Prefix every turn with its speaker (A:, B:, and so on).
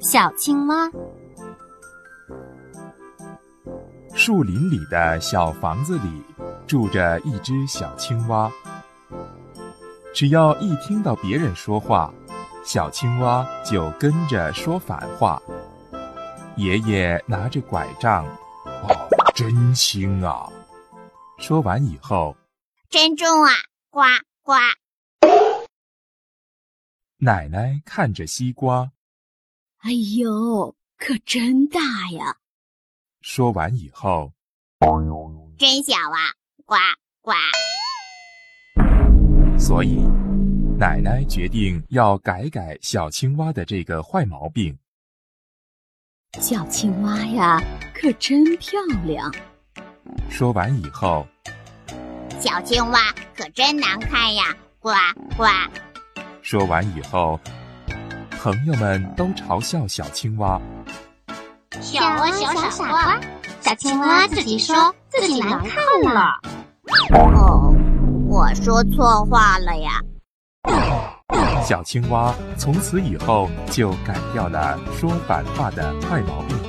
A: 小青蛙。
B: 树林里的小房子里住着一只小青蛙。只要一听到别人说话，小青蛙就跟着说反话。爷爷拿着拐杖，哦，真轻啊！说完以后，
C: 真重啊！呱呱，
B: 奶奶看着西瓜，
D: 哎呦，可真大呀！
B: 说完以后，
C: 真小啊！呱呱，
B: 所以奶奶决定要改改小青蛙的这个坏毛病。
D: 小青蛙呀，可真漂亮！
B: 说完以后，
C: 小青蛙可真难看呀！呱呱，
B: 说完以后，朋友们都嘲笑小青蛙。
E: 小啊小傻瓜，小青蛙自己说自己难看了。
C: 哦，我说错话了呀！
B: 小青蛙从此以后就改掉了说反话的坏毛病。